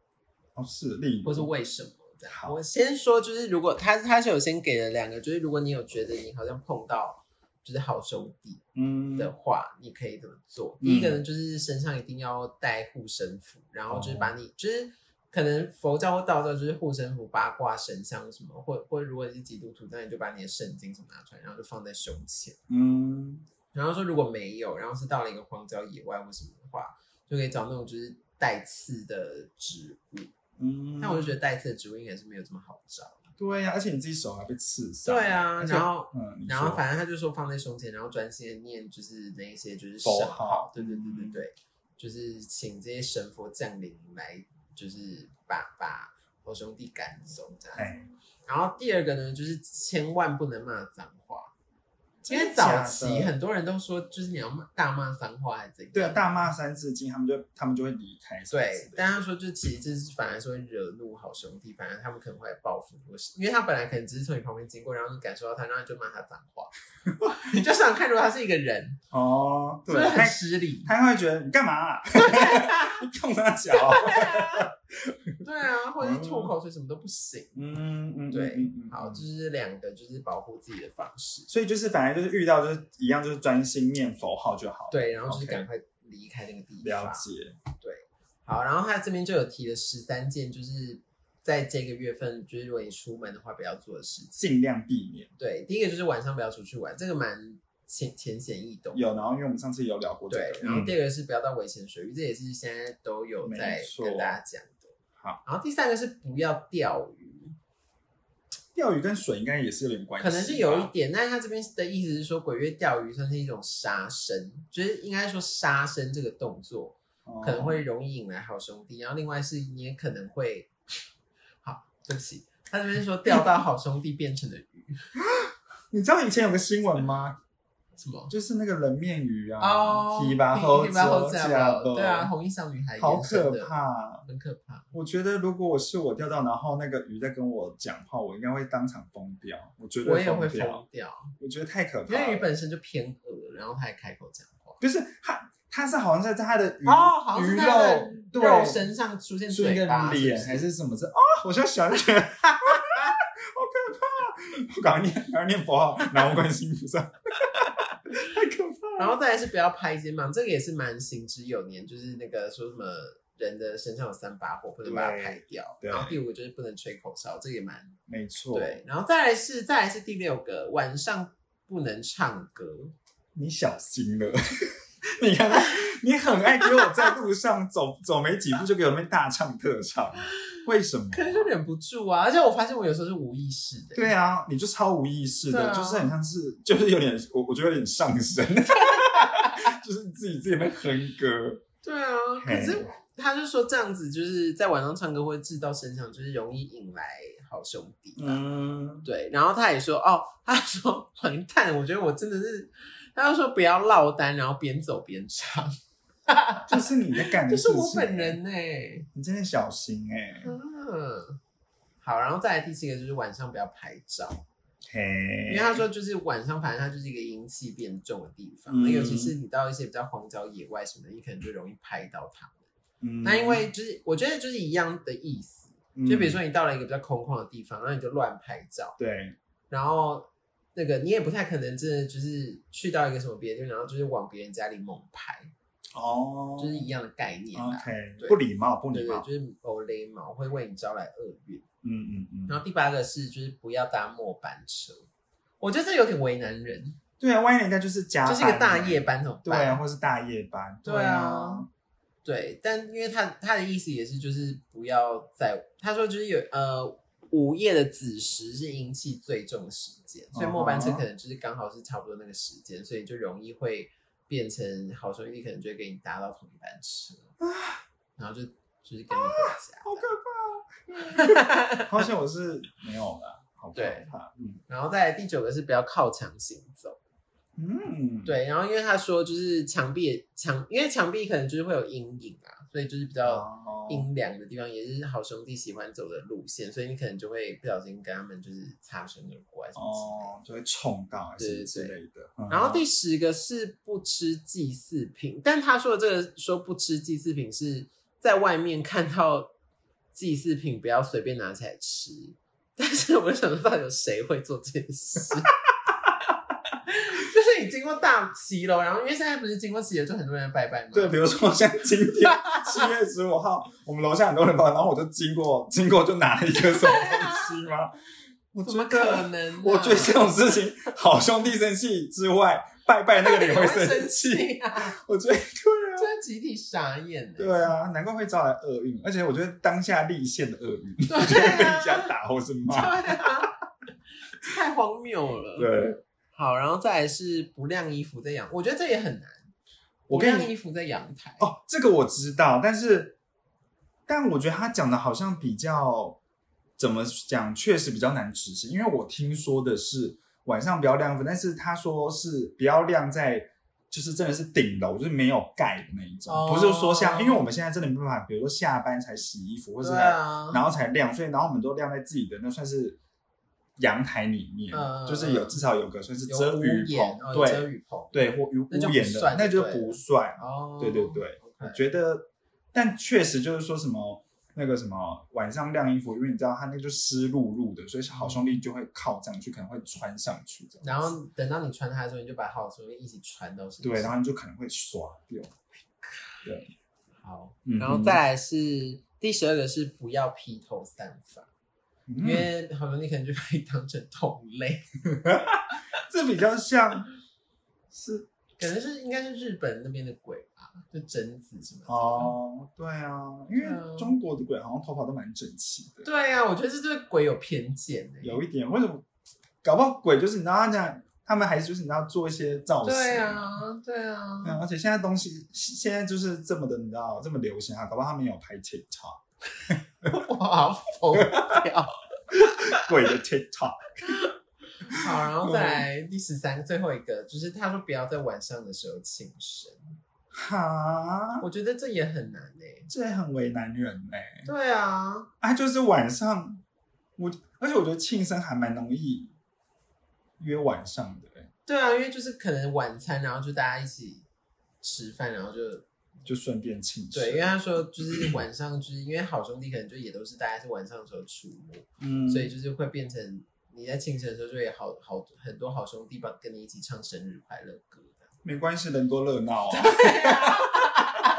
哦，是，例如，
或是为什么这样。
好
嗯我先说，就是如果他他是有先给了两个，就是如果你有觉得你好像碰到就是好兄弟
嗯，
的话，你可以怎么做？
嗯
哦第一个呢，就是身上一定要带护身符，然后就是把你就是可能佛教或道教就是护身符、八卦、神像什么，或或如果你是基督徒，那你就把你的圣经什么拿出来，然后就放在胸前。
嗯，
然后说如果没有，然后是到了一个荒郊野外或什么的话，就可以找那种就是带刺的植物。
嗯，
但我就觉得带刺的植物应该是没有这么好找。
对呀、而且你自己手还被刺伤。
对啊，
而且
然后
嗯，你
然后
说
反正他就说放在胸前，然后专心的念，就是那一些就是神
佛
号
号，
对对对对
嗯
对，就是请这些神佛降临来，就是把把我兄弟赶走这样子。
哎，
然后第二个呢，就是千万不能骂脏话，因为
真的假
早
的
期很多人都说，就是你要骂大骂脏话还是怎样？
对啊，大骂三字经，他们就他们就会离开。
对，但他说就其实这是反而是会惹怒好兄弟，反而他们可能会来报复你，因为他本来可能只是从你旁边经过，然后你感受到他，然后你就骂他脏 话，你就想看如果他是一个人，
哦，
是
对
不是，
他
很失礼？
他会觉得你干嘛、 啊？你冲他脚？
对啊，或者是吐口水什么都不行。
哦嗯嗯，
对
嗯嗯，嗯
好，这是两个就是保护自己的方式。
所以就是反正就是遇到就是一样就是专心念佛号就好。，
对，然后就是
OK
赶快离开那个地
了
方。
解。
好，然后他这边就有提了十三件，就是在这个月份，就是如果你出门的话不要做的事情。
尽量避免
对，第一个就是晚上不要出去玩，这个蛮浅浅显易懂。
有，然后因为我们上次有聊过这
对
个，，
然后
嗯，
第二个是不要到危险水域，这也是现在都有在
没错
跟大家讲的。
好，
然后第三个是不要钓鱼，
钓鱼跟水应该也是有点关系
可
吧，
能是有一点，但是他这边的意思是说，鬼月钓鱼算是一种杀生，就是应该说杀生这个动作
哦
可能会容易引来好兄弟，然后另外是你也可能会，好，对不起，他这边说钓到好兄弟变成的鱼，
你知道以前有个新闻吗？
什么？
就是那个冷面鱼 啊，
哦，
提拔后
提拔后
加
脚对啊，，红衣小女孩
好
延伸
可
的，
怕。
很可怕。
我觉得如果我是我钓到，然后那个鱼在跟我讲话，我应该会当场疯掉，我绝对
我也会
疯
疯
掉。
掉，
我觉得太可怕
因为鱼
了，
本身就偏恶，然后他还开口讲话，
就是它，它是好像是在它的鱼、
哦，好像
鱼
是
肉
它的
对
肉身上出现
出一
嘴
个
巴，
脸
是不
还
是
是什么字啊、我就想起来， 好可怕！我赶快念，赶快念佛号，南无观世音菩萨， 太可怕了。
然后再来是不要拍肩膀，这个也是蛮行之有年，就是那个说什么人的身上有三把火，不能把它
对
拍掉。
对啊
然后第五个就是不能吹口哨，这个也蛮
没错，
对。然后再来是再来是第六个，晚上不能唱歌。
你小心了。 你看，你很爱给我在路上走走没几步就给我们大唱特唱，为什么？
可能就忍不住啊，而且我发现我有时候是无意识的，
对啊，你就超无意识
对
的，
啊
就是很像是，就是有点，我我觉得有点上身， 就是自己自己会哼歌。
对啊。可是
嘿
他就说这样子就是在晚上唱歌会制造声响，就是容易引来好兄弟。
嗯，
对，然后他也说，哦，他说完蛋，我觉得我真的是，他就说不要落单，然后边走边唱，
就是你在干
就
的事
是
情。
我本人呢、欸
你真的小心哎、
嗯，好，然后再来第七个就是晚上不要拍照，因
嘿，
为他说就是晚上，反正它就是一个阴气变重的地方，那、
嗯
尤其是你到一些比较荒郊野外什么的，你可能就容易拍到他们。
嗯
那因为就是我觉得就是一样的意思，就比如、说你到了一个比较空旷的地方，然后你就乱拍照。
嗯对，
然后那个你也不太可能真的就是去到一个什么别的地方，然后就是往别人家里猛拍，
哦，
就是一样的概念啦。
OK，
对
不礼貌，不
对
礼
对，
貌，
就是偶雷毛会为你招来厄运。
嗯嗯
然
嗯，
后第八个是就是不要搭末班车，我觉得这有点为难人，
对啊，万一人家就是加
就
班，
是一个大夜，班怎么
对啊，
办？
或是大夜班，
对啊，对，但因为他他的意思也是就是不要在他说就是有呃。午夜的子时是阴气最重的时间，所以末班车
哦
可能就是刚好是差不多那个时间，所以就容易会变成好兄弟可能就会给你搭到同一班车，然后就就是跟你
好
回家。
对啊，好像我是没有啦，好可
对
怕，嗯
然后再来第九个是不要靠墙行走，
嗯，，
对，然后因为他说就是墙壁墙，因为墙壁可能就是会有阴影啊，所以就是比较
哦，
阴凉的地方，也是好兄弟喜欢走的路线，所以你可能就会不小心跟他们就是擦身而过啊什么之类的。
哦，就会冲到还
对对
是之类的，嗯
然后第十个是不吃祭祀品，但他说的这个说不吃祭祀品是在外面看到祭祀品不要随便拿起来吃， 但是我想说到底有谁会做这件事？就是你经经过大骑楼，然后因为现在不是经过骑楼就很多人拜拜吗？
对，比如说像今天七月十五号，我们楼下很多人包，然后我就经过， 经过就拿了一个什么东西 吗？我
怎么
觉
可
得
能、啊？
我觉得这种事情，好兄弟生气之外，拜拜那个人也会 生气。
气啊！
我觉得对啊，
真的集体傻眼、欸。
对啊，难怪会招来厄运，而且我觉得当下立现的厄运，
对 啊
就会被人家打或是骂。
对啊，太荒谬了。，
对，
好，然后再来是不晾衣服在阳，我觉得这也很难。
我
不
跟
晾
你
衣服在阳台，
哦，这个我知道，但是，但我觉得他讲的好像比较怎么讲，确实比较难执行，因为我听说的是晚上不要晾衣服，但是他说是不要晾在。就是真的是顶楼，就是没有盖的那一种，
哦
不是说下，因为我们现在真的没办法，比如说下班才洗衣服，或者
对
才
啊，
然后才晾，所以然后我们都晾在自己的那算是阳台里面，
嗯
就是有至少有个算是
有
遮
屋
雨
檐
棚，
哦有遮
对
雨棚，
对，或有屋
那就不
檐的
算，
那就
就对了
不算。
哦，
对对对，我
OK
觉得，但确实就是说什么那个什么晚上晾衣服，因为你知道它那个就湿漉漉的，所以好兄弟就会靠上去，可能会穿上去这样子
然后等到你穿它的时候，你就把好的东西一起穿到身上。
对，然后你就可能会刷掉。
好，
嗯哼
然后再来是第十二个是不要披头散发，因
嗯，
为好多你可能就把你当成同类，
这比较像是
可能是应该是日本那边的鬼吧，就贞子什么的。
哦，对啊，因为
嗯
中国的鬼好像头发都蛮整齐的。
对呀、啊，我觉得这对鬼有偏见哎、
有一点，为什么？搞不好鬼就是你知道他讲，他们还是就是你知道做一些造型。
对啊，对啊，
嗯，而且现在东西现在就是这么的，你知道这么流行啊，搞不好他们有拍 TikTok
我好 疯掉。
鬼的 TikTok，
好，然后再来第十三最后一个，就是他说不要在晚上的时候庆生，
哈，
我觉得这也很难哎、
这很为难人哎、
对啊，
啊，就是晚上，我而且我觉得庆生还蛮容易约晚上的、欸，
对啊，因为就是可能晚餐，然后就大家一起吃饭，然后就
就顺便庆生。
对，因为他说就是晚上，就是因为好兄弟可能就也都是大家是晚上的时候出没，
嗯，
所以就是会变成你在庆生的时候就也好好很多好兄弟帮跟你一起唱生日快乐歌的。
没关系，人多热闹啊。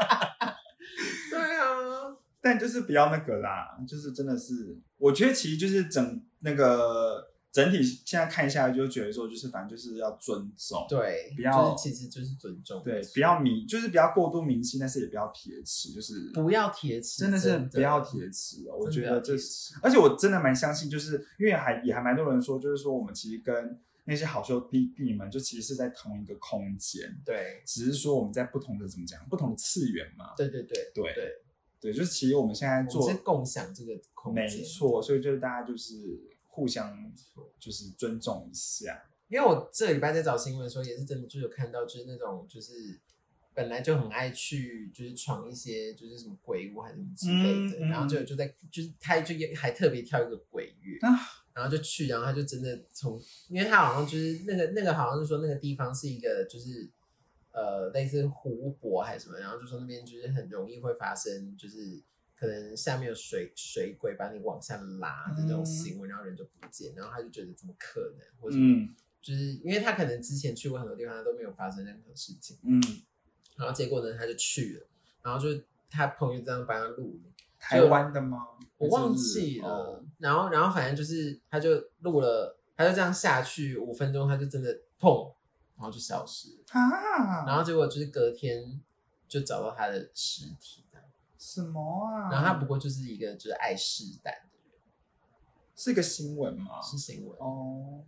对啊，
但就是不要那个啦，就是真的是，我觉得其实就是整那个整体现在看下来，就觉得说，就是反正就是要尊重，
对，
不要
就是其实就是尊重，
对，不要迷，就是不要过度迷信，但是也不要铁齿，就是
不要铁齿，
真的是
嗯真的
不要铁齿哦。我觉得这是，
是
而且我真的蛮相信，就是因为还也还蛮多人说，就是说我们其实跟那些好兄弟弟们，就其实是在同一个空间，
对
只是说我们在不同的怎么讲，不同的次元嘛。
对对对
对
对，
对，就是其实我们现在
我
做
们是共享这个空间，
没错，所以就是大家就是互相
错
就是尊重一下。
因为我这个礼拜在找新闻的时候，也是真的就有看到，就是那种就是本来就很爱去，就是闯一些就是什么鬼屋还是什么之类的，
嗯嗯
然后就就在就是他就也还特别跳一个鬼月，
啊
然后就去，然后他就真的从，因为他好像就是那个那个好像是说那个地方是一个就是呃类似湖泊还是什么，然后就说那边就是很容易会发生就是。可能下面有水水鬼把你往下拉的那种
嗯
行为，然后人就不见，然后他就觉得怎么可能，或者
嗯
就是因为他可能之前去过很多地方，他都没有发生任何事情，
嗯，
然后结果呢，他就去了，然后就他朋友这样帮他录影，
台湾的吗？
我
还是
忘记
日
了，
本哦
然后然后反正就是他就录了，他就这样下去五分钟，他就真的砰，然后就消失了，
啊，
然后结果就是隔天就找到他的尸体，
什么啊？
然后他不过就是一个就是爱试胆的人，
是一个新闻吗？
是新闻，
哦，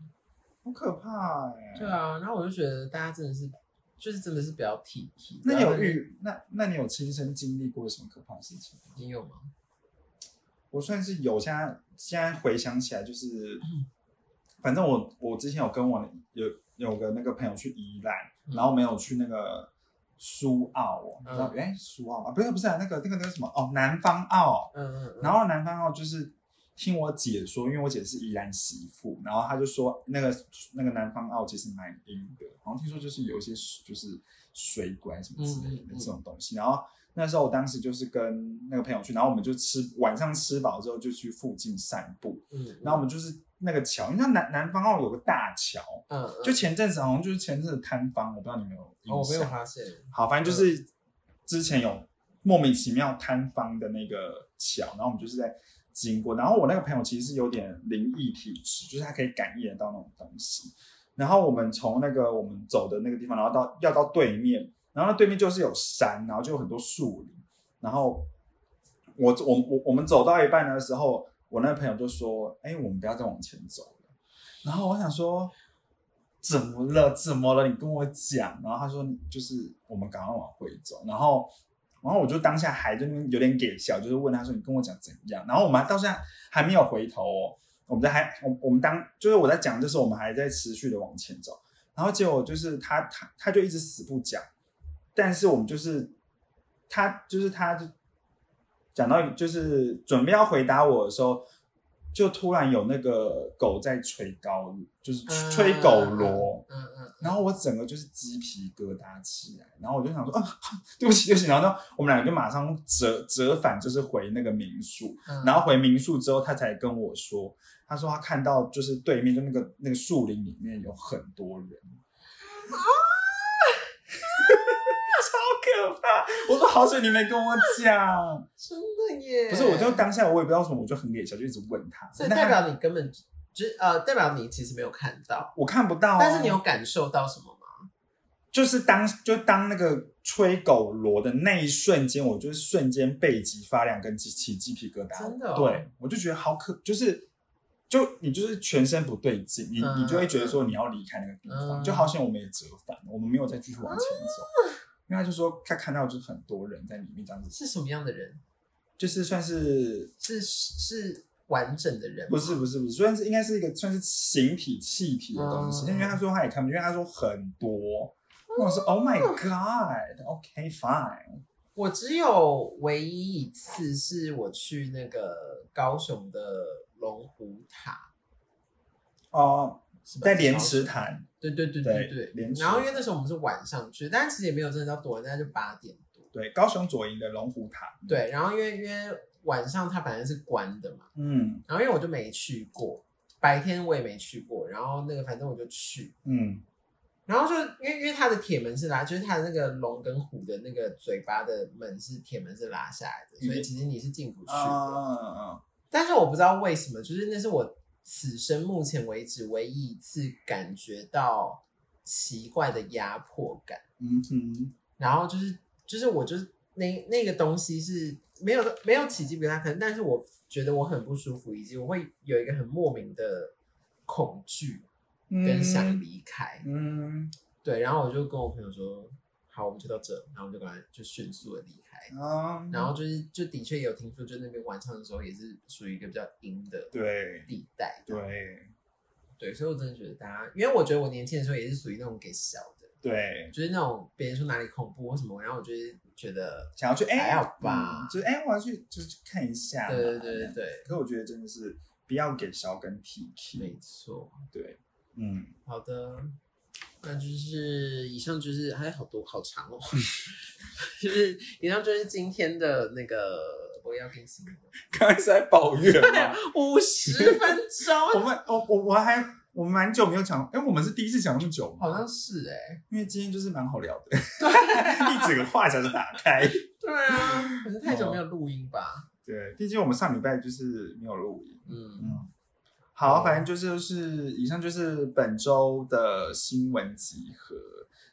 好可怕哎、
对啊，然后我就觉得大家真的是就是真的是不要体体，
那你
不
有
要
遇那那你有亲身经历过什么可怕的事情吗？
你有吗？
我算是有，现在现在回想起来就是，
嗯
反正我我之前有跟我的有有个那个朋友去宜兰，
嗯
然后没有去那个苏澳哦，你知道
嗯
哎苏澳啊，不是不是啊那个那个那个什么哦南方澳，
嗯嗯，嗯
然后南方澳哦就是听我姐说，因为我姐是宜兰媳妇，然后她就说那个那个南方澳哦其实蛮阴的，然后听说就是有一些水就是水鬼什么之类
嗯嗯
的
嗯
这种东西，然后。那时候我当时就是跟那个朋友去，然后我们就吃晚上吃饱之后就去附近散步，
嗯，
然后我们就是那个桥，你知道南南方哦澳有个大桥，
嗯，嗯
就前阵子好像就是前阵子摊方，我不知道你们有
哦，
印
我没有
象。
发现，
好，反正就是之前有莫名其妙摊方的那个桥，然后我们就是在经过，然后我那个朋友其实是有点灵异体质，就是他可以感应得到那种东西。然后我们从那个我们走的那个地方，然后到要到对面，然后那对面就是有山，然后就有很多树林。然后我我我我们走到一半的时候，我那个朋友就说：“哎，我们不要再往前走了。”然后我想说：“怎么了？怎么了？你跟我讲。”然后他说：“就是我们赶快往回走。”然后然后我就当下还就那边有点给笑，就是问他说：“你跟我讲怎样？”然后我们还到现在还没有回头哦。我们在还我我们当就是我在讲，就是我们还在持续的往前走，然后结果就是他他他就一直死不讲，但是我们就是他就是他就讲到就是准备要回答我的时候，就突然有那个狗在吹高，就是
嗯
吹狗锣，，
嗯嗯嗯
然后我整个就是鸡皮疙瘩起来，然后我就想说啊， 对不起对不起，然后呢，我们两个就马上折折返，就是回那个民宿，
嗯，
然后回民宿之后，他才跟我说，他说他看到就是对面就那个那个树林里面有很多人，
啊
超可怕！我说好久你没跟我讲，
真的耶，
不是，我就当下我也不知道为什么，我就很给小，就一直问他，
所以
那
代
他
表你根本就是呃，代表你其实没有看到，
我看不到、啊，
但是你有感受到什么吗？
就是当就当那个吹狗锣的那一瞬间，我就是瞬间背脊发凉跟起起鸡皮疙瘩，
真的哦
对我就觉得好可，就是就你就是全身不对劲，你、
嗯
你就会觉得说你要离开那个地方，
嗯啊
就好险我们也折返，我们没有再继续往前走，因为他就说他看到就是很多人在里面这样子，
是什么样的人？
就是算是
是是完整的人吗？
不是不是不是，算是应该是一个算是形体气体的东西，
嗯
因为他说他也看不见，因为他说很多。那我说 Oh my God，OK、fine。
我只有唯一一次是我去那个高雄的龙虎塔，
哦，
是吧
在莲池。潭，
对对对
对
对
莲池
然后因为那时候我们是晚上去，但其实也没有真的到多晚，大概就八点多。
对，高雄左营的龙虎塔，，
对，然后因为因为晚上它本来是关的嘛，
嗯
然后因为我就没去过，白天我也没去过，然后那个反正我就去，
嗯
然后就因为因为它的铁门是拉，就是它的那个龙跟虎的那个嘴巴的门是铁门是拉下来的，所以其实你是进不去的。
啊，
但是我不知道为什么，就是那是我此生目前为止唯一一次感觉到奇怪的压迫感。
嗯哼，
然后就是就是我就是那那个东西是没有没有起鸡皮疙瘩，可能但是我觉得我很不舒服，以及我会有一个很莫名的恐惧跟想离开。
嗯，
对，然后我就跟我朋友说，好，我们就到这，然后我们就赶快就迅速的离开。
嗯啊，
然后就是，就的确有听说，就那边晚上的时候也是属于一个比较阴的
对
地带。
对
对，所以我真的觉得大家，因为我觉得我年轻的时候也是属于那种给小的，
对，
就是那种别人说哪里恐怖或什么，然后我就是觉得，
想要去哎，
还好吧
嗯就是哎，我要去就是去看一下，
对对对对。对，
可我觉得真的是不要给小跟 T
没
T，
错。
对， 嗯，
好的，那就是以上就是还有好多好长 哦，就是以上就是今天的那个我要更新的
刚才是在抱怨吗？
五十分
我
钟，
们我我我还我们蛮久没有讲，哎，我们是第一次讲那么久吗？
好像是哎、
因为今天就是蛮好聊 的，一整个话匣子打开。
对啊，可是太久没有录音吧？
对，毕竟我们上礼拜就是没有录音。
嗯，
嗯，好，
哦
反正就是就是以上就是本周的新闻集合。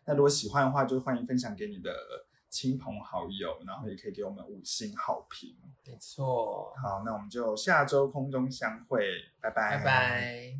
那如果喜欢的话，就欢迎分享给你的亲朋好友，然后也可以给我们五星好评。
没错，
好，那我们就下周空中相会，拜拜，
拜拜。